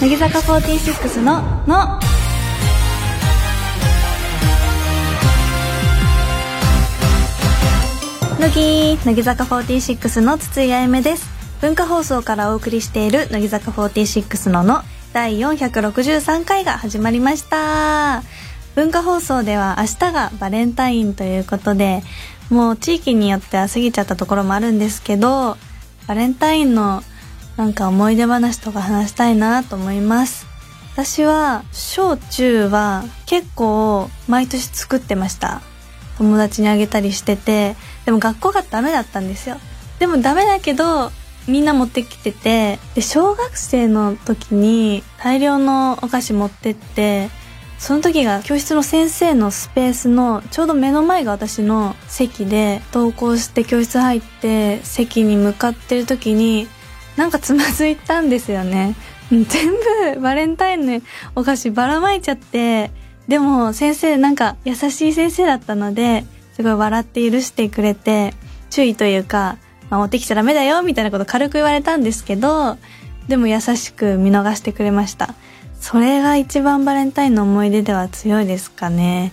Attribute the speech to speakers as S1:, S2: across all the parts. S1: 乃木坂46の「の」乃木乃木坂46の筒井あゆめです文化放送からお送りしている乃木坂46の「の」第463回が始まりました文化放送では明日がバレンタインということでもう地域によっては過ぎちゃったところもあるんですけどバレンタインのなんか思い出話とか話したいなと思います私は小中は結構毎年作ってました友達にあげたりしててでも学校がダメだったんですよでもダメだけどみんな持ってきててで小学生の時に大量のお菓子持ってってその時が教室の先生のスペースのちょうど目の前が私の席で登校して教室入って席に向かってる時になんかつまずいたんですよね うん全部バレンタインのお菓子ばらまいちゃってでも先生なんか優しい先生だったのですごい笑って許してくれて注意というか持ってきちゃダメだよみたいなこと軽く言われたんですけどでも優しく見逃してくれましたそれが一番バレンタインの思い出では強いですかね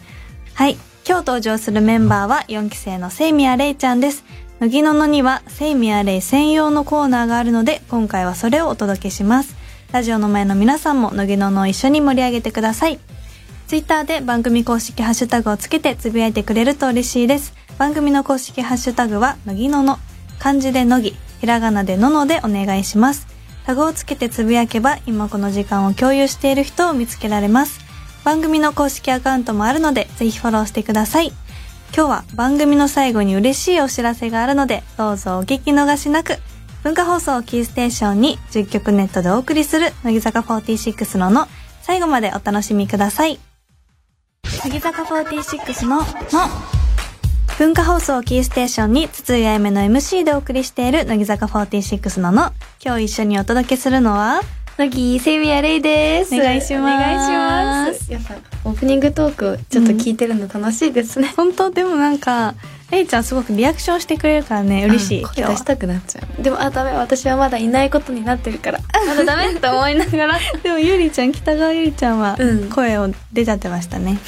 S1: はい今日登場するメンバーは4期生のセイミアレイちゃんです乃木ののにはセイミアレイ専用のコーナーがあるので今回はそれをお届けしますラジオの前の皆さんも乃木ののを一緒に盛り上げてくださいツイッターで番組公式ハッシュタグをつけてつぶやいてくれると嬉しいです。番組の公式ハッシュタグは、のぎのの、漢字でのぎ、ひらがなでののでお願いします。タグをつけてつぶやけば、今この時間を共有している人を見つけられます。番組の公式アカウントもあるので、ぜひフォローしてください。今日は番組の最後に嬉しいお知らせがあるので、どうぞお聞き逃しなく。文化放送をキーステーションに10曲ネットでお送りする乃木坂46のの最後までお楽しみください。乃木坂46の、の、文化放送をキーステーションに、筒井あやめの MC でお送りしている、乃木坂46のの、今日一緒にお届けするのは、
S2: 乃木セミアレイです
S1: お願いします
S2: お願いしますやっぱオープニングトークちょっと聞いてるの楽しいですね、
S1: 本当でもなんか、レイちゃんすごくリアクションしてくれるからね、嬉しい。
S2: あ
S1: 今
S2: 声
S1: 日
S2: 出
S1: は
S2: したくなっちゃうでもあダメ私はまだいないことになってる からまだダメって思いなが ら
S1: でもゆりちゃん、北川ゆりちゃんは
S2: うん、
S1: 声を出ちゃってました ね。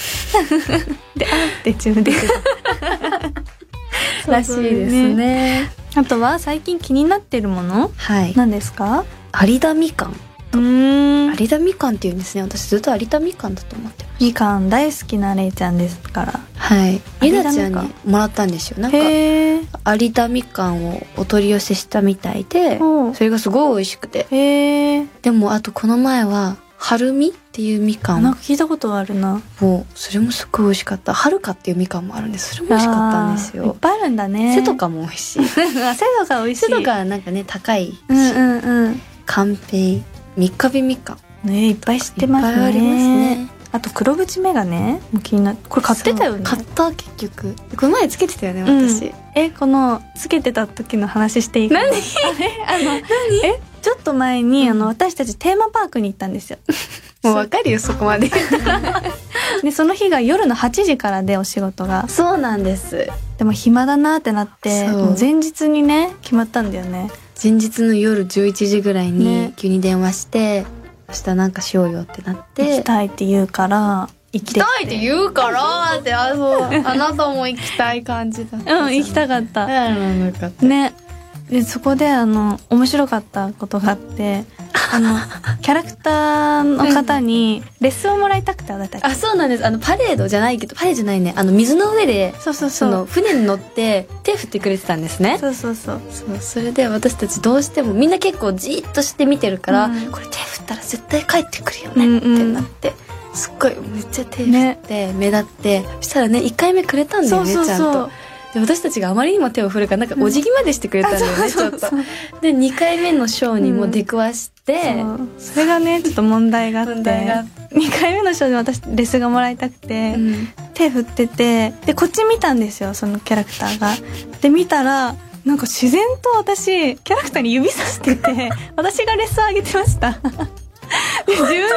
S1: で、あーって自分で言ってた。
S2: らしいですね
S1: あとは、最近気になってるもの
S3: はい。
S1: 何ですか
S3: 有田みかん。
S1: うーん。
S3: 有田みかんっていうんですね。私ずっと有田みかんだと思ってまし
S1: みかん大好きなレイちゃんですから。
S3: た。はい。
S1: 有
S3: ゆ
S1: 田みかん
S3: なちゃんにもらったんですよ。なんか、
S1: へえ。
S3: 有田みかんをお取り寄せしたみたいで、
S1: おう
S3: それがすごい美味しくて。
S1: へえ。
S3: でも、あとこの前は、春みっていうみか
S1: あ
S3: ん
S1: なんか聞いたことあるな。
S3: も、それもすごい美味しかった。春かっていうみかんもあるんです。それも美味しかったんです
S1: あーい
S3: よ
S1: っ。ぱいあるんだね。
S3: 背 と。かも美味しい。
S1: あ背とか美味しい。
S3: 背と。かはなんかね、高いし。
S1: うんうんうん。
S3: 寒平、三日日みかん。
S1: ねいっぱい知って
S3: いっ
S1: ますね。
S3: ぱいありますね。
S1: あと黒縁メガネも気になこれ買ってたよね。
S3: 買った結局この前つけてたよね
S1: うん
S3: 私、
S1: えこのつけてた時の話していいかな何 あれあのえちょっと前にあの私たちテーマパークに行ったんですよ。
S3: もうわかるよそこ まで
S1: でその日が夜の8時からでお仕事が
S3: そうなんです
S1: でも暇だなってなって
S3: そう
S1: もう前日にね決まったんだよね。
S3: 前日の夜11時ぐらい
S1: ね
S3: に急に電話して、明日なんかしようよってなっ
S1: 行き
S3: て
S1: たいって言うから行き
S2: 行きたいって言うからってあそうあなたも行きたい感じだったじゃ
S1: うん行きたかっ
S2: だ
S1: た
S2: からなんかった
S1: ねでそこであの面白かったことがあ ってあのキャラクターの方にレッスンをもらいたくて私たち
S3: あそうなんですあのパレードじゃないけどパレードじゃないねあの水の上で
S1: そうそう
S3: そ
S1: そ
S3: の
S1: う
S3: 船に乗って手振ってくれてたんですね
S1: そうそうそう
S3: そうそれで私たちどうしてもみんな結構じーっとして見てるから、
S1: うん
S3: これ手振ったら絶対帰ってくるよねってなって、すっごいめっちゃ手振って、目立ってそしたらね1回目くれたんだ
S1: そ
S3: よ
S1: う
S3: ね
S1: そう
S3: ちゃんと
S1: そう
S3: で私たちがあまりにも手を振るからなんかお辞儀までしてくれたんだよね、ちょっとで2回目のショーにも出くわして、
S1: そうそれがねちょっと問題があって
S3: 問題があっ
S1: 2回目のショーで私レッスンがもらいたくて、
S3: うん
S1: 手振っててでこっち見たんですよそのキャラクターが。で見たらなんか自然と私キャラクターに指さして て私がレッスンあげてました。で自分で本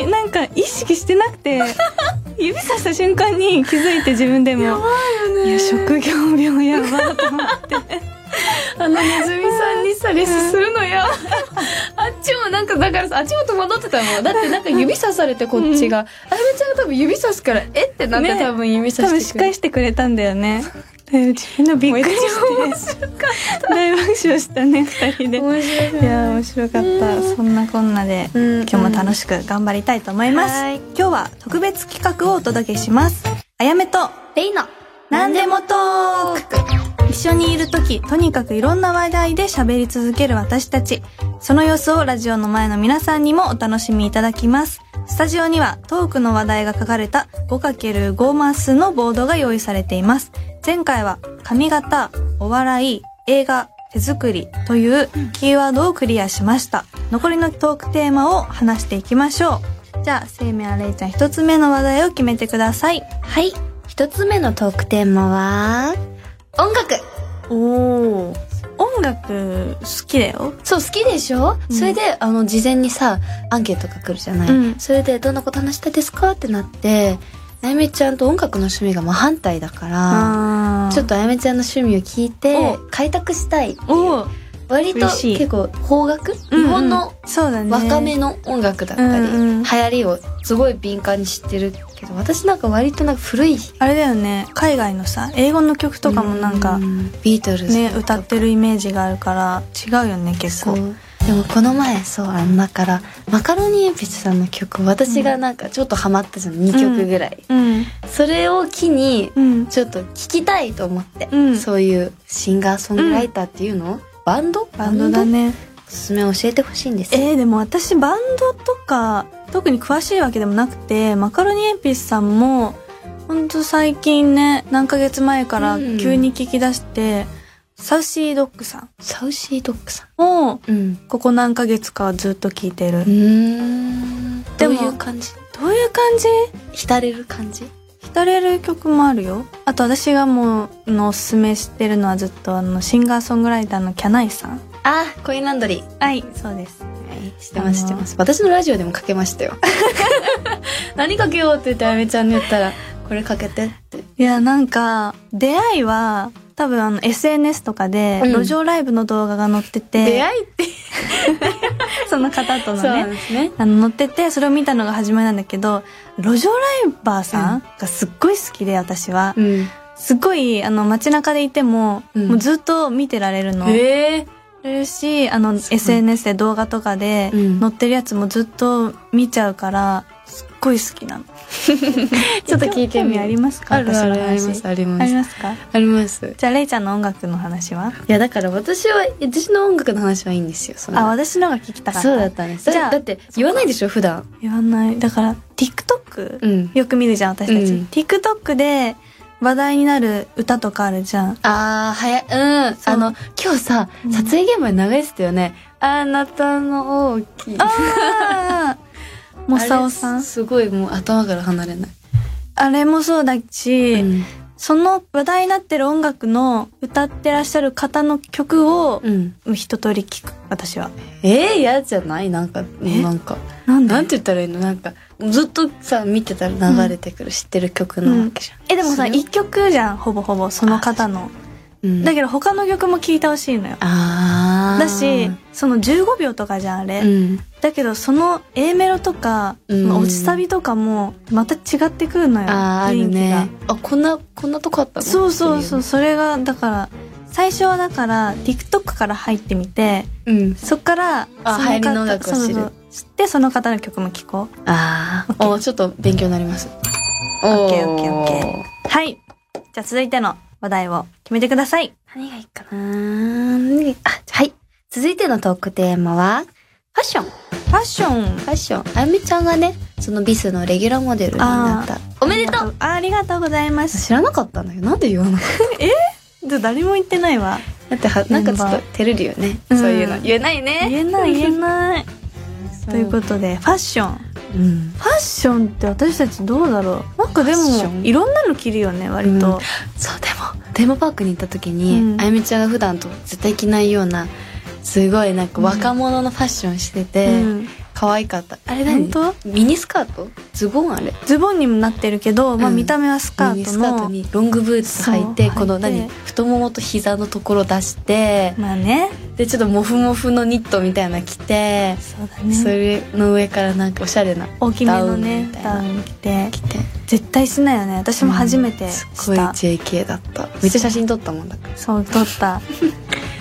S1: 当になんか意識してなくて指さした瞬間に気づいて自分でもやばいよねや職業病やばと思って
S2: あのネズミさんにさレスするの よあっちもなんかだからさあっちも戸惑ってたもんだってなんか指さされてこっちが、あやめちゃんが多分指さすからえってなって、
S1: ね
S2: 多分指さ
S1: 多分
S2: し
S1: 仕
S2: てくる
S1: 返してくれたんだよね。でうちみんなびっくりして大爆笑したね二人で。
S2: 面白い
S1: いやー面白かった。そんなこんなで
S2: うん
S1: 今日も楽しく頑張りたいと思います。
S2: はい
S1: 今日は特別企画をお届けします。あやめと
S2: レイの
S1: なんでもトーク一緒にいる時とにかくいろんな話題で喋り続ける私たちその様子をラジオの前の皆さんにもお楽しみいただきますスタジオにはトークの話題が書かれた 5×5 マスのボードが用意されています前回は髪型お笑い映画手作りというキーワードをクリアしました残りのトークテーマを話していきましょうじゃあ生命あれいちゃん一つ目の話題を決めてください
S3: はい一つ目のトークテーマは音楽
S1: おお音楽好きだよ
S3: そう好きでしょ、
S1: うん
S3: それであの事前にさアンケートが来るじゃない、
S1: うん
S3: それでどんなこと話したいですかってなってあやめちゃんと音楽の趣味が真反対だから、
S1: あ
S3: ちょっとあやめちゃんの趣味を聞いて
S1: お
S3: 開拓したいっていう
S1: おー
S3: 割と
S1: 嬉しい
S3: 結構邦楽、
S1: うんうん
S3: 日本の
S1: そうだね
S3: 若めの音楽だったり、
S1: うんうん
S3: 流行りをすごい敏感に知ってるけど私なんか割となんか古い
S1: あれだよね海外のさ英語の曲とかもなんか
S3: うビートルズ
S1: ね歌ってるイメージがあるから違うよね結
S3: そ
S1: 構
S3: うでもこの前そうあんだからマカロニえんぴつさんの曲私がなんかちょっとハマったじゃん、2曲ぐらい、
S1: うん
S3: それを機に
S1: うん
S3: ちょっと聞きたいと思って、
S1: うん
S3: そういうシンガーソングライターっていうの、バンド
S1: バンドだね
S3: おすすめ教えてほしいんです
S1: えー、でも私バンドとか特に詳しいわけでもなくてマカロニえんぴつさんもほんと最近ね何ヶ月前から
S3: うん
S1: 急に聞き出して、サウシードッグさ
S3: サウシードッグさ
S1: んを
S3: んうん
S1: ここ何ヶ月かずっと聞いてる
S3: う。ーん
S1: で
S3: どう
S1: も
S3: いう感じ
S1: どういう感じ
S3: 浸れる感じ
S1: 浸れる曲もあるよ。あと私がもう、のおすすめしてるのはずっとあの、シンガーソングライターのキャナイさん。
S3: あコインランドリー
S1: はい、そうです。
S3: 知ってます知ってます私のラジオでもかけましたよ 何かけようって言ってあやめちゃんに言ったらこれかけてって
S1: いや、なんか、出会いは、多分あの、SNS とかで、
S3: うん
S1: 路上ライブの動画が載ってて、
S3: 出会い って
S1: その方とのね。
S3: ですね
S1: あの、載ってて、それを見たのが始めなんだけど、路上ライバーさんがすっごい好きで、私は。
S3: うん
S1: すっごい、あの、街中でいても、
S3: うん
S1: もうずっと見てられるの。
S3: え
S1: いるしあの SNS で動画とかで
S3: うん
S1: 載ってるやつもずっと見ちゃうからすっごい好きな の
S3: ちょっと聞いて
S1: 興味
S3: みる
S1: ありますか
S3: あるあ
S1: 私の
S3: るあり
S1: 話
S3: ますあり
S1: あ
S3: ま
S1: り
S3: す
S1: ますか
S3: あります
S1: じゃあレイちゃんの音楽の話はい
S3: やだから私は私の音楽の話はいいんですよその
S1: あ私のが聞きたかった
S3: そうだったんです
S1: じゃあ
S3: だって言わないでしょ普段
S1: 言わないだから TikTok、
S3: うん
S1: よく見るじゃん私たち、
S3: うん
S1: TikTok で話題になる歌とかあるじ ゃん
S3: ああ、早い、うん。
S1: そう
S3: あの、今日さ
S1: う、ん
S3: 撮影現場に流れてたよね。あなたの大きい。
S1: あーもさおさ
S3: あれ
S1: ん
S3: すごいもう頭から離れない。
S1: あれもそうだし、
S3: うん
S1: その話題になってる音楽の歌ってらっしゃる方の曲を
S3: うん。
S1: 一通り聞く私は
S3: えー、嫌じゃないなんか、もう
S1: え
S3: なんか、
S1: なん
S3: なんて言ったらいいのなんか、ずっとさ、見てたら流れてくる、知ってる曲なわけじゃん。
S1: えでもさ
S3: それ
S1: 一曲じゃんほぼほぼその方の
S3: うん
S1: だけど他の曲も聴いてほしいのよ
S3: ああ。
S1: だしその15秒とかじゃんあれ、
S3: うん。
S1: だけどその A メロとか、
S3: うん
S1: その落ちサビとかもまた違ってくるのよ
S3: あー、あ
S1: 雰
S3: る
S1: 囲気が
S3: ね。あ、こんな、こんなとこあったの
S1: そうそうそううそれがだから最初はだから TikTok から入ってみて
S3: っていう。うん。
S1: そっから
S3: あ
S1: その方
S3: 流行りの音楽を知る
S1: そうそう知ってその方の曲も聴こう
S3: ああ。
S1: OK
S3: おちょっと勉強になります。
S1: ッケー
S3: お
S1: オッケーオッケーはい。じゃあ続いての話題を決めてください。
S3: 何がいいかな何がいいあ、はい。続いてのトークテーマは、ファッション。フ
S1: ファッション。
S3: ァッション。あゆみちゃんがね、そのビスのレギュラーモデルになった。おめでとう
S1: あありがとうございます。
S3: 知らなかったんだけど、なんで言わなかっ
S1: 誰も言ってないわ。
S3: ただっては、なんかちょっ
S1: メンバ
S3: と照れるよね。
S1: うん
S3: そういうの。言えないね。
S1: 言えない言えない。
S3: そ
S1: ということで、ファッション。フ
S3: と。うん。
S1: ァッションって私たちどうだろうなんかでも
S3: ファッショ、ン
S1: いろんなの着るよね、割と。
S3: そう、でも、テーマパークに行った時に、
S1: うん
S3: あゆみちゃんが普段と絶対着ないような、すごいなんか若者のファッションしてて、
S1: うん。
S3: 可、可愛かったあれ
S1: 本
S3: 何
S1: 当
S3: ミニスカートズボンあれ
S1: ズボンにもなってるけど、まあ、
S3: うん
S1: 見た目はスカ
S3: ミ
S1: ー
S3: ニ
S1: ト
S3: スカート
S1: の、
S3: にロングブーツ履いて
S1: そう
S3: この
S1: 履いて
S3: 何太ももと膝のところ出して
S1: まあね
S3: でちょっとモフモフのニットみたいなの着て
S1: そうだ
S3: そ
S1: ね
S3: れの上からなんかおしゃれな
S1: 大きめのねダ
S3: ダ
S1: ウ
S3: ウンみたいな
S1: ン着て
S3: 着て
S1: 絶対しないよね私も初めて
S3: す
S1: し
S3: ごい
S1: た、
S3: JK だっためっちゃ写真撮ったもんだから
S1: そう撮った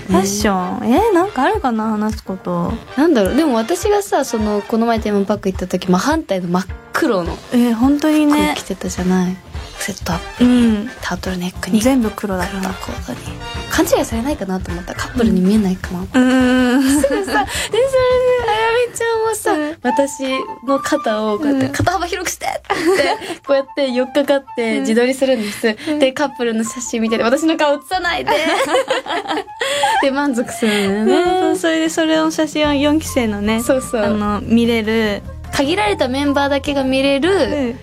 S1: ファッションえー、なんかあるかな話すこと
S3: なんだろうでも私がさそのこの前テーマパーク行った時真反対の真っ黒の
S1: えー、本当に
S3: 服
S1: ね
S3: 着てたじゃない、セットアップ
S1: うん
S3: タートルネックに黒
S1: 全部黒だっ
S3: のコートに勘違いされないかなと思ったカップルに見えないかな、
S1: たうん
S3: でそれであやめちゃんはさ、私の肩をこうやって、
S2: うん
S3: 肩幅広くしてって言ってこうやって寄っかかって自撮りするんです、でカップルの写真見てて私の顔映さな いでで満足するのよね、
S1: そうそれでそれの写真を4期生のね
S3: そうそう
S1: あの見れる、
S3: 限られたメンバーだけが見れる、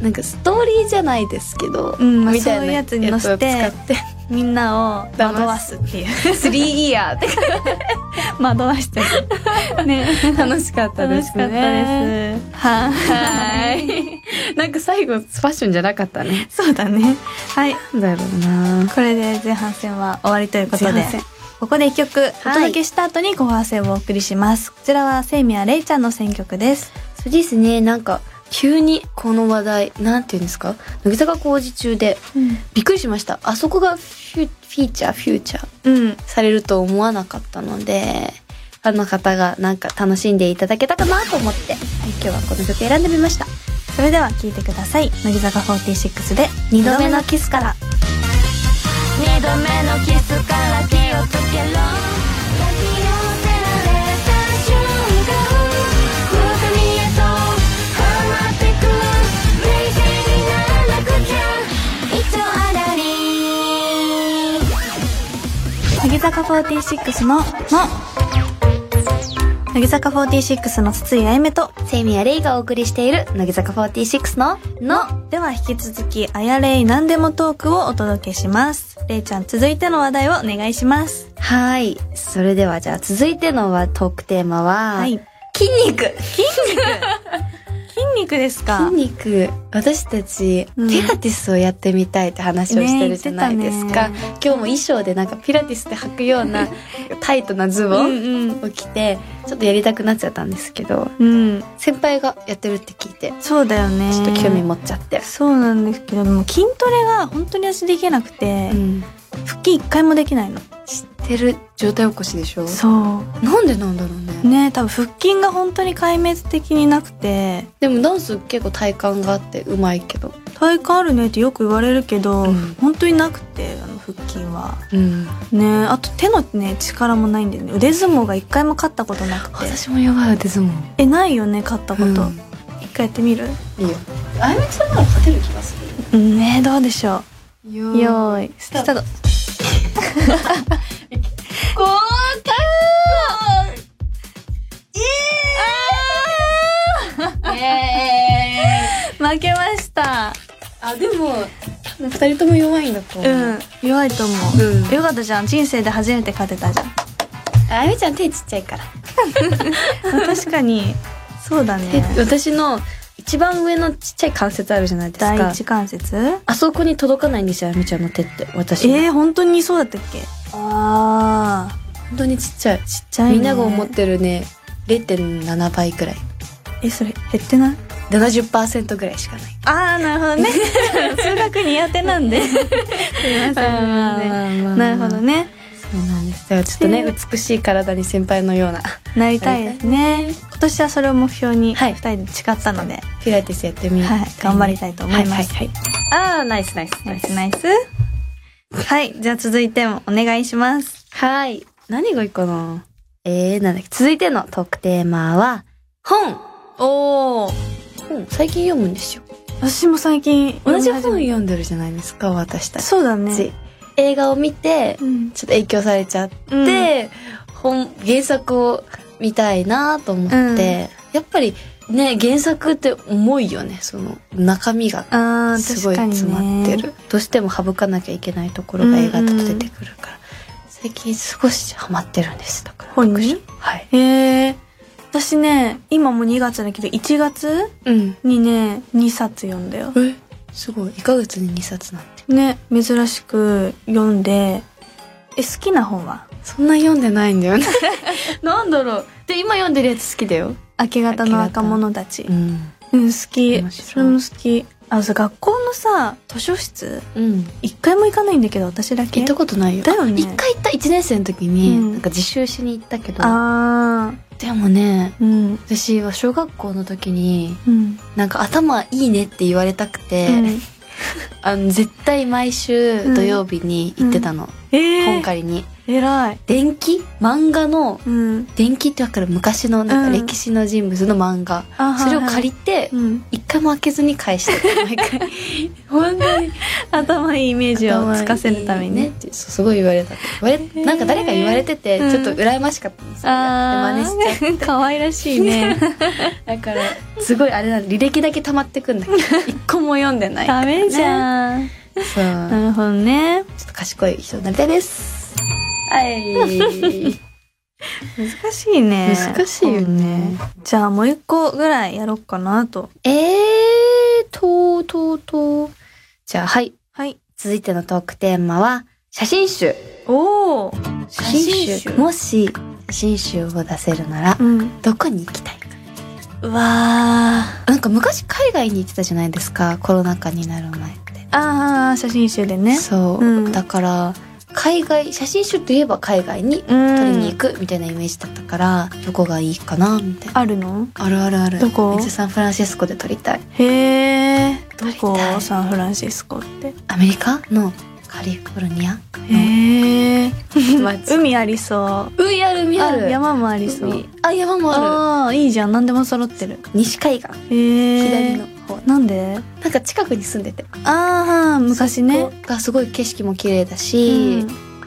S3: なんかストーリーじゃないですけど、
S1: うんまあ
S3: みたいな
S1: そういうやつに載せて
S3: やつを使っ
S1: みんなを惑わすっていう
S3: て スリーギアって
S1: 惑わしてる ね
S3: 楽しかった
S1: 楽
S3: で
S1: し
S3: す
S1: かった
S3: ね
S1: ですは
S3: はいいなんか最後ファッションじゃなかったね
S1: そうだねはい
S3: なんだろうな
S1: これで前半戦は終わりということで
S3: 前半戦
S1: ここで一曲お
S3: い
S1: 届けした後に後半戦をお送りします、こちらはセイミやレイちゃんの選曲です
S3: そうですねなんか急にこの話題なんていうんですか乃木坂工事中で
S1: うん、
S3: びっくりしましたあそこがフュフィーチャーフューチャーされると思わなかったのでファンの方がなんか楽しんでいただけたかなと思って、はい、今日はこの曲選んでみました
S1: それでは聴いてください乃木坂46で「
S3: 二
S1: 二
S3: 度
S1: 度
S3: 目
S1: 目
S3: の
S1: のキス」から
S4: 二度目のキスから手をつけろ抱き寄せられた瞬間深みへとハマってく冷静にならなくちゃ一丁あだり
S1: 乃木坂46の「の」乃木坂46の筒井あゆめと
S3: セミやレイがお送りしている乃木坂46の
S1: 「の」では引き続き「あやれいなんでもトーク」をお届けしますレイちゃん続いての話題をお願いします
S3: はいそれではじゃあ続いてのはトークテーマは、
S1: はい
S3: 筋肉筋
S1: 筋肉ですか
S3: 肉私たち、
S1: うん
S3: ピラティスをやってみたいって話をしてるじゃないですか、
S1: ね
S3: 今日も衣装でなんかピラティスで履くよう なタイトなズボン
S1: うん
S3: を着てちょっとやりたくなっちゃったんですけど
S1: うんうん
S3: 先輩がやってるって聞いて
S1: そうだよね
S3: ちょっと興味持っちゃって、
S1: そうなんですけどもう筋トレが本当に私できなくて、
S3: うん
S1: 腹筋一回もできないの
S3: 知ってる状態起こしでしょ
S1: そ
S3: なんでなんだろうね
S1: うね多分腹筋が本当に壊滅的になくて
S3: でもダンス結構体感があってうまいけど
S1: 体幹あるねってよく言われるけど、
S3: うん
S1: 本当になくてあの腹筋は
S3: うん
S1: ねあと手のね力もないんだよね腕相撲が一回も勝ったことなくて
S3: 私もやばい腕相撲
S1: えないよね勝ったこと、
S3: うん
S1: 一回やってみる
S3: いいよあやめちゃんなら勝てる気がす
S1: うんねどうでしょ
S3: る
S1: うよーいスタート
S3: こうかえ
S1: 負けました
S3: あでも二人とも弱いんだと思う、
S1: うん弱いと思う、
S3: うん
S1: よかったじゃん人生で初めて勝てたじゃん
S3: あやめちゃん手ちっちゃいから、
S1: 確かにそうだ
S3: 手
S1: ね
S3: 私の一番上のちっちゃい関節あるじゃないです
S1: 第
S3: か
S1: 一関節
S3: あそこに届かないんですよあやめちゃんの手って私の
S1: えー、本当にそうだったっけああ
S3: 本当にちっちゃいちっ
S1: ちゃいね
S3: みんなが思ってるね0.7倍くらい
S1: えそれ減ってない
S3: 70%ぐらいしかない
S1: ああなるほどね 数学苦手なんで すいませんなるほど
S3: ね
S1: ね
S3: そうなんですではちょっとね美しい体に先輩のような
S1: なりたいですね今年はそれを目標に
S3: は
S1: 二
S3: い
S1: 人で誓ったので、はい
S3: ピラティスやってみ
S1: 頑張りたいと思います、
S3: はいああナイスナイス
S1: ナイスナイスはいじゃあ続いてもお願いします
S3: はい何がいいかなえー、なんだっけ続いてのトークテーマは本
S1: おお
S3: 本最近読むんですよ
S1: 私も最近
S3: 同じ本
S1: 読み始め
S3: 読んでるじゃないですか私た
S1: た
S3: ち、
S1: そうだね
S3: 映画を見てちょっ
S1: ん
S3: と影響されちゃって、本原作を見たいなと思って、
S1: うん
S3: やっぱりね原作って重いよねその中身が
S1: あー
S3: す
S1: 確
S3: ごい
S1: かにね
S3: 詰まってる、どうしても省かなきゃいけないところが映画だと出てくるから、最近少しハマってるんですだから
S1: 本に
S3: はい
S1: へえ私ね今もう2月だけど1月
S3: うん
S1: にね2冊読んだよ
S3: えすごい1ヶ月に2冊なんて
S1: ね珍しく読んでえ好きな本は
S3: そんな読んでないんだ よね
S2: なんだろうで今読んでるやつ好きだよ
S1: 明け方の若者たち
S3: ん
S1: うん好き
S3: 面白い
S1: それも好きあのさ学校のさ図書室
S3: うん
S1: 一回も行かないんだけど私だけ
S3: 行ったことないよ
S1: だよね
S3: あ一回行った1年生の時に、
S1: うん
S3: なんか自習しに行ったけど
S1: あ
S3: でもね
S1: ーうん
S3: 私は小学校の時に
S1: うん
S3: なんか頭いいねって言われたくて、
S1: うん
S3: あの絶対毎週土曜日に行ってたの、
S1: え
S3: 本
S1: ー
S3: 借りに
S1: 偉い
S3: 電気漫画の
S1: うん
S3: 電気ってわかる昔のなんか
S1: うん
S3: 歴史の人物の漫画、
S1: あ
S3: それを借りて
S1: りうん
S3: 一回も開けずに返してた毎回本当に
S1: 頭いいイメージをつかせるために
S3: ねっ
S1: ね
S3: てそうすごい言われた言われなんか誰か言われてて、
S1: うん
S3: ちょっと羨ましかったんですよ
S1: あ
S3: で
S1: ー
S3: 真似しちゃっ
S1: 可愛らしい ね
S3: ただからすごいあれなの履歴だけ溜まってくんだけど 一個も読んでない
S1: ダメじゃん
S3: そう、
S1: なるほどね
S3: ちょっと賢い人になりたいですはい
S1: 難しいね
S3: 難しいよね
S1: じゃあもう一個ぐらいやろうかなと
S3: えーとととじゃあはい
S1: はい
S3: 続いてのトークテーマは写真集
S1: おお
S3: 写
S1: 真集
S3: もし写真集を出せるなら
S1: うん
S3: どこに行きたいか
S1: うわ
S3: なんか昔海外に行ってたじゃないですかコロナ禍になる前って
S1: ーあー写真集でね
S3: そう、
S1: うん
S3: だから海外写真集といえば海外に
S1: うん
S3: 撮りに行くみたいなイメージだったから、どこがいいかなみたいな
S1: あるの
S3: あるあるある
S1: どこ
S3: めっちゃサンフランシスコで撮りたい
S1: へえど
S3: 撮
S1: こ
S3: りたい
S1: サンフランシスコって
S3: アメリカのカリフォルニア
S1: へえ
S3: 街
S1: 海ありそう
S3: 海ある海ある
S1: 山もありそう
S3: 海あ山もある
S1: ああいいじゃん何でも揃ってる
S3: 西海岸
S1: へえ
S3: 左の方
S1: なんで
S3: なんか近くに住んでて
S1: ああ昔ね
S3: ここがすごい景色も綺麗だし、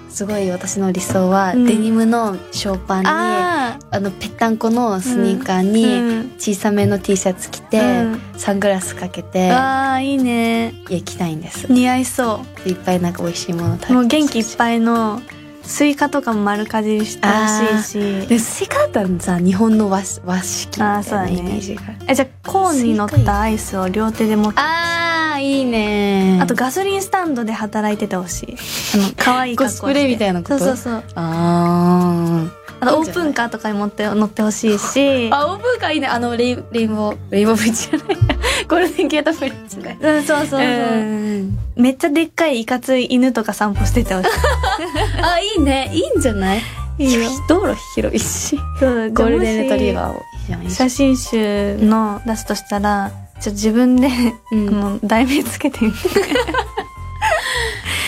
S3: すごい私の理想は、
S1: うん
S3: デニムのショーパンにあ
S1: あ
S3: のぺったんこのスニーカー
S1: ー
S3: に、
S1: うん
S3: 小さめの T シャツ着て、
S1: うん
S3: サングラスかけて
S1: あーいいね
S3: いや行きたいんです
S1: 似合いそ
S3: いっぱいなんか美味しいもの食べ
S1: う
S3: て
S1: もう元気いっぱいのスイカとかも丸かじりしてほしいし
S3: でスイカだったらさ日本の和和式みた
S1: あー
S3: い
S1: そうだ
S3: な
S1: ね
S3: イメージが
S1: えじゃあコーンに乗ったアイスを両手で持って
S3: あーいいね
S1: あとガソリンスタンドで働いててほ しいあの可愛い格好して
S3: コスプレみたいなこと
S1: そうそうそう
S3: あ
S1: あとオープンカーとかに乗って乗ってほしい し
S3: ーあオープンカーいいねあのレイレインボーレインボーブリッジじゃないや ゴールデンゲートブリッジね
S1: うんそうそうそう、
S3: うん
S1: めっちゃでっかいいかつい犬とか散歩しててほし
S3: あいいねいいんじゃない
S1: いいいよ
S3: 道路広いし
S1: そう
S3: ゴールデンレトリー
S1: ー
S3: バーをいいじゃんいいじゃん
S1: 写真集の出すとしたらちょっと自分で、
S3: うん
S1: あ の題名つけてみて、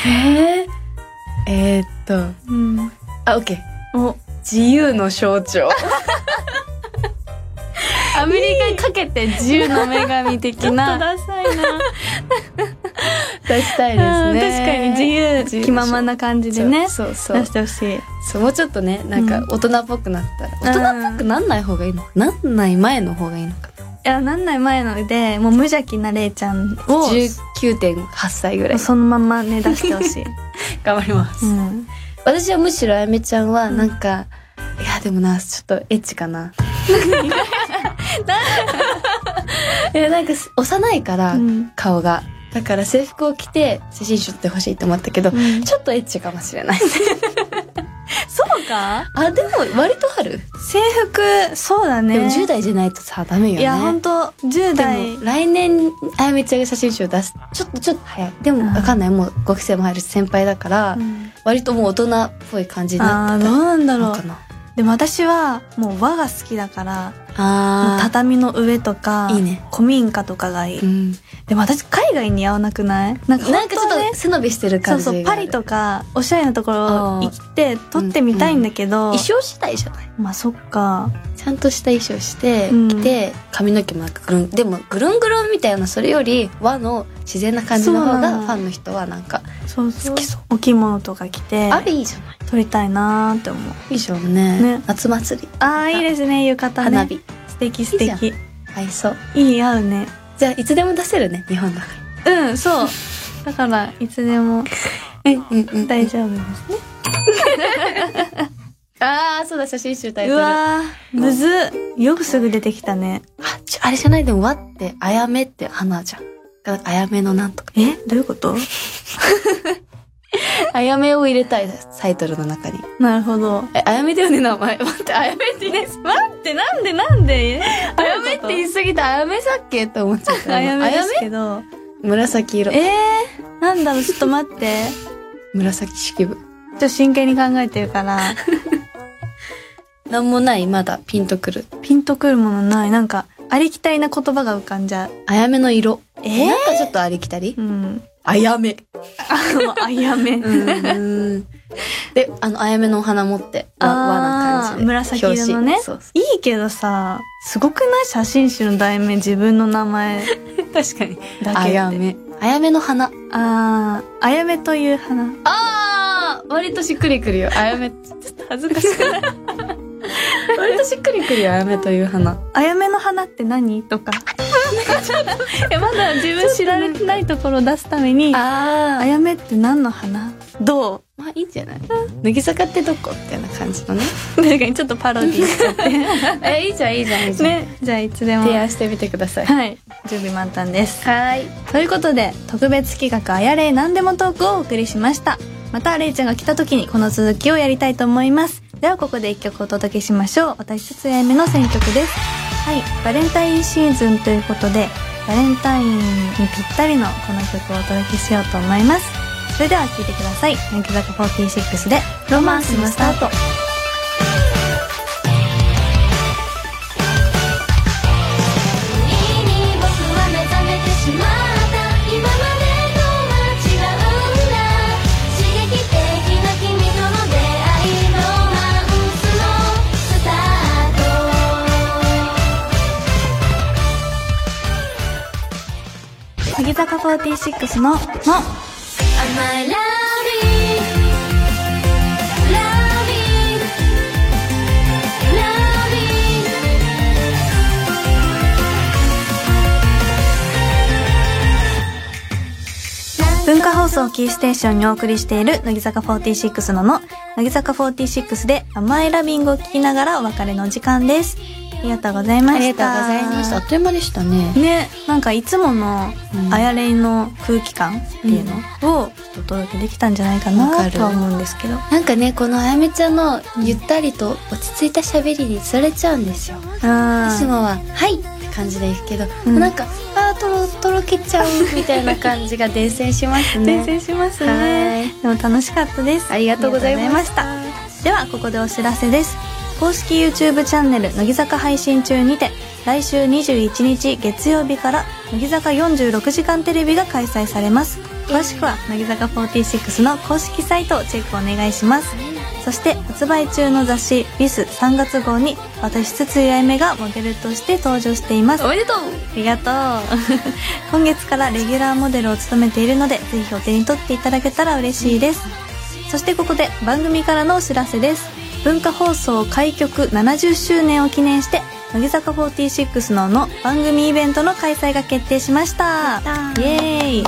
S3: えー、えー、っと
S1: うん、
S3: あオッケ ー
S1: お
S3: 自由の象徴 アメリカにかけて自由の女神的
S1: ちょっと
S3: な
S1: ダサいな
S3: 出したい
S1: うん
S3: で
S1: 確
S3: す
S1: かに自
S3: ね
S1: 由気ままな感じでね
S3: そうそう
S1: 出してほしい
S3: そうもうちょっとねなんか大人っぽくなったら、
S1: うん
S3: 大人っぽくなんない方がいいのなんない前の方がいいのか
S1: いやなんない前のでもう無邪気なれいちゃんを
S3: 19.8歳ぐらい
S1: そのままね出してほしい、
S3: 頑張ります、
S1: うん、
S3: 私はむしろあやめちゃんはなんか、いやでもなちょっとエッチか ないやなんかす幼いから、
S1: うん
S3: 顔がだから制服を着て写真集撮ってほしいと思ったけど、
S1: うん
S3: ちょっとエッチかもしれない
S1: そうか
S3: あでも割とある、
S1: 制服そうだね
S3: でも10代じゃないとさダメよね
S1: いや本当10
S3: で
S1: 代
S3: も来年あやめちゃんが写真集を出すちょっとちょっと早いでも
S1: うん
S3: わかんないもう5期生も入るし先輩だから、
S1: うん
S3: 割ともう大人っぽい感じにな
S1: あー
S3: って
S1: ど
S3: た
S1: うなんだ
S3: な
S1: ろ
S3: の
S1: う
S3: かな
S1: でも私はもう和が好きだからもう
S3: あ
S1: 畳の上とか
S3: いいね
S1: 古民家とかがいい、
S3: ーうん
S1: でも私海外似合わなくないなんか
S3: なんかちょ
S1: 本当は
S3: っ
S1: ね
S3: と背伸びしてる
S1: そ
S3: 感
S1: う
S3: じ
S1: そうパリとかおしゃれなところ行って撮
S3: ー
S1: ってみたいんだけど、
S3: 衣装次第じゃない
S1: まあそっか
S3: ちゃんとした衣装して、
S1: うん
S3: 着て髪の毛もなんかぐるんでもぐるんぐるんみたいなそれより和の自然な感じの
S1: そう
S3: 方
S1: なの
S3: がファンの人はなんか
S1: そうそう
S3: 好きそう
S1: お着物とか着て
S3: あれいいじゃない
S1: 撮りたいなーって思う
S3: いいじゃんね
S1: ね
S3: 夏祭り
S1: あーいいですね浴衣ね
S3: 花火
S1: 素敵素敵いい
S3: 合いそう
S1: 合うね
S3: じゃあいつでも出せるね日本だか
S1: うん そうだからいつでも
S3: らうんうんうん
S1: 大丈夫ですね
S2: ああそうだ写真集タイ
S1: う
S2: トル
S1: わーむずっよくすぐ出てきたね
S3: あ、ちょあれじゃないでも、わって、あやめって花じゃん。だからあやめのなんとか。
S1: えどういうこと
S3: あやめを入れたいです。タイトルの中に。
S1: なるほど
S3: え、あやめだよね、名前。待って、あやめって言いすぎ
S1: 待ってなんでなんで
S3: あやめって言いすぎた。あやめさっけって思っちゃった。
S1: あやめで
S3: あ
S1: すけど
S3: め紫色。
S1: えー、なんだろう ちょっと待って
S3: 紫式部。
S1: ちょっと真剣に考えてるから
S3: なんもない、まだピンとくる。
S1: ピンとくるものないなんかありきたりな言葉が浮かんじゃう
S3: あやめの色。
S1: え
S3: なんかちょっとありきたり
S1: うん
S3: あやめ。
S1: ああやめ、
S3: うん。で、あの、あやめのお花持って、和
S1: あー
S3: 和な感じで。
S1: 紫色のね
S3: 表紙そうそ
S1: いいけどさすごくない写真集の題名自分の名前
S3: う。確かに。
S1: だけ
S3: あやめ。あやめの花。
S1: あーあやめという花
S2: ああ割としっくりくるよあやめ
S1: 恥ずかしい
S2: 割としっくりくるよあやめという花
S1: あやめの花って何とかえまだ自分知られてないところを出すためにあ
S3: あ
S1: やめって何の花どう
S3: まあいいんじゃない乃木坂ってどこみたいな感じのね。
S1: 確かにちょっとパロディーしちゃっ
S2: えいいじゃんいいじゃんいい
S1: てねじゃあいつでも
S2: 提案してみてください
S1: はい準備満タンです
S2: はい
S1: ということで特別企画「あやれ何でもトーク」をお送りしましたまたれいちゃんが来た時にこの続きをやりたいと思いますではここで一曲お届けしましょう私つつやめの選曲ですはいバレンタインシーズンということでバレンタインにぴったりのこの曲をお届けしようと思いますそれでは聴いてください「乃木坂46」で「ロマンスのスタート」
S4: 「君に僕は目覚めてしまった」「今までとは違うんだ」「刺激的な君との出会い」「ロマンスのスタート」
S1: 乃木坂46の「の」
S4: Am I loving? Loving? Loving?
S1: 文化放送キーステーションにお送りしている乃木坂46のの乃木坂46で甘いラビングを聞きながらお別れの時間ですありがとうございました
S3: ありがとうございました。あっという間でしたね。
S1: ねなんかいつもの
S3: うん
S1: あやれいの空気感っていうのをお届けできたんじゃないか
S3: わか
S1: な
S3: る
S1: とは思うんですけど
S3: なんかね、このあやめちゃんのゆったりと落ち着いた喋りに釣られちゃうんですよ。いつ
S1: あ
S3: もは、はいって感じで行くけど、
S1: うん
S3: なんか、あー、とろ、とろけちゃうみたいな感じが伝染しますね。
S1: 伝染しますねでも楽しかったです
S3: ありがとうございました
S1: ありがとうございましたではここでお知らせです公式 YouTube チャンネル乃木坂配信中にて来週21日月曜日から乃木坂46時間テレビが開催されます詳しくは乃木坂46の公式サイトをチェックお願いしますそして発売中の雑誌「BIS3 月号に私筒井あやめがモデルとして登場しています
S2: おめでとう
S1: ありがとう 今月からレギュラーモデルを務めているのでぜひお手に取っていただけたら嬉しいですそしてここで番組からのお知らせです文化放送開局70周年を記念して乃木坂46のの番組イベントの開催が決定しましたイエーイ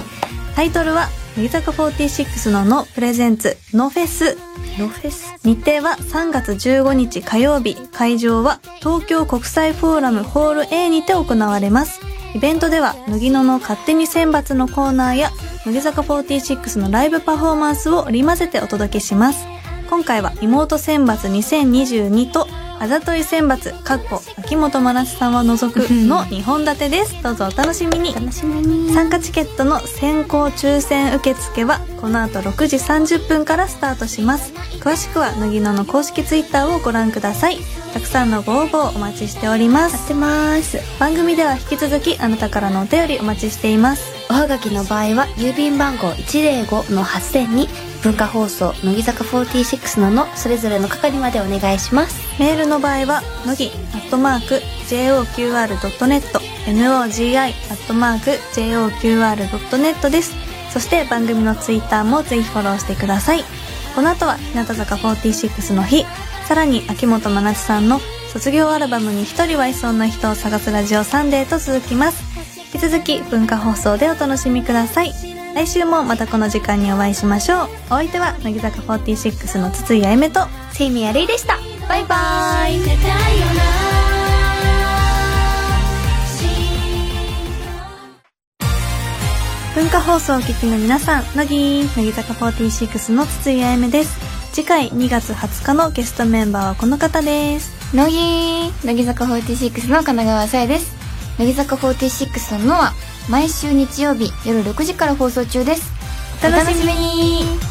S1: タイトルは乃木坂46ののプレゼンツのフェス
S3: ノフェス。
S1: 日程は3月15日火曜日会場は東京国際フォーラムホール A にて行われますイベントでは乃木野の勝手に選抜のコーナーや乃木坂46のライブパフォーマンスを織り交ぜてお届けします今回は妹選抜2022とあざとい選抜かっこ秋元真夏さんを除くの2本立てですどうぞお楽しみに
S3: 楽しみに。
S1: 参加チケットの先行抽選受付はこの後6時30分からスタートします詳しくは乃木野の公式ツイッターをご覧くださいたくさんのご応募をお待ちしておりま
S3: 待っ
S1: す
S3: てます。
S1: 番組では引き続きあなたからのお便りお待ちしています
S3: おはがきの場合は郵便番号105の8000に文化放送乃木坂46ののそれぞれの係までお願いします
S1: メールの場合は乃木アットマーク JOQR.net nogi アットマーク JOQR.net ですそして番組のツイッターもぜひフォローしてくださいこの後は日向坂46の日さらに秋元真夏さんの卒業アルバムに一人はいそうな人を探すラジオサンデーと続きます引き続き文化放送でお楽しみください来週もまたこの時間にお会いしましょうお相手は乃木坂46の筒井あゆめと
S5: セミやるいでしたバイバーイ
S6: 「してたよな」
S1: 文化放送をお聞きの皆さん乃木乃木坂46の筒井あゆめです次回2月20日のゲストメンバーはこの方です
S4: 乃木乃木坂46の神奈川さえです乃木坂46の「の」は毎週日曜日夜6時から放送中です
S1: お楽しみに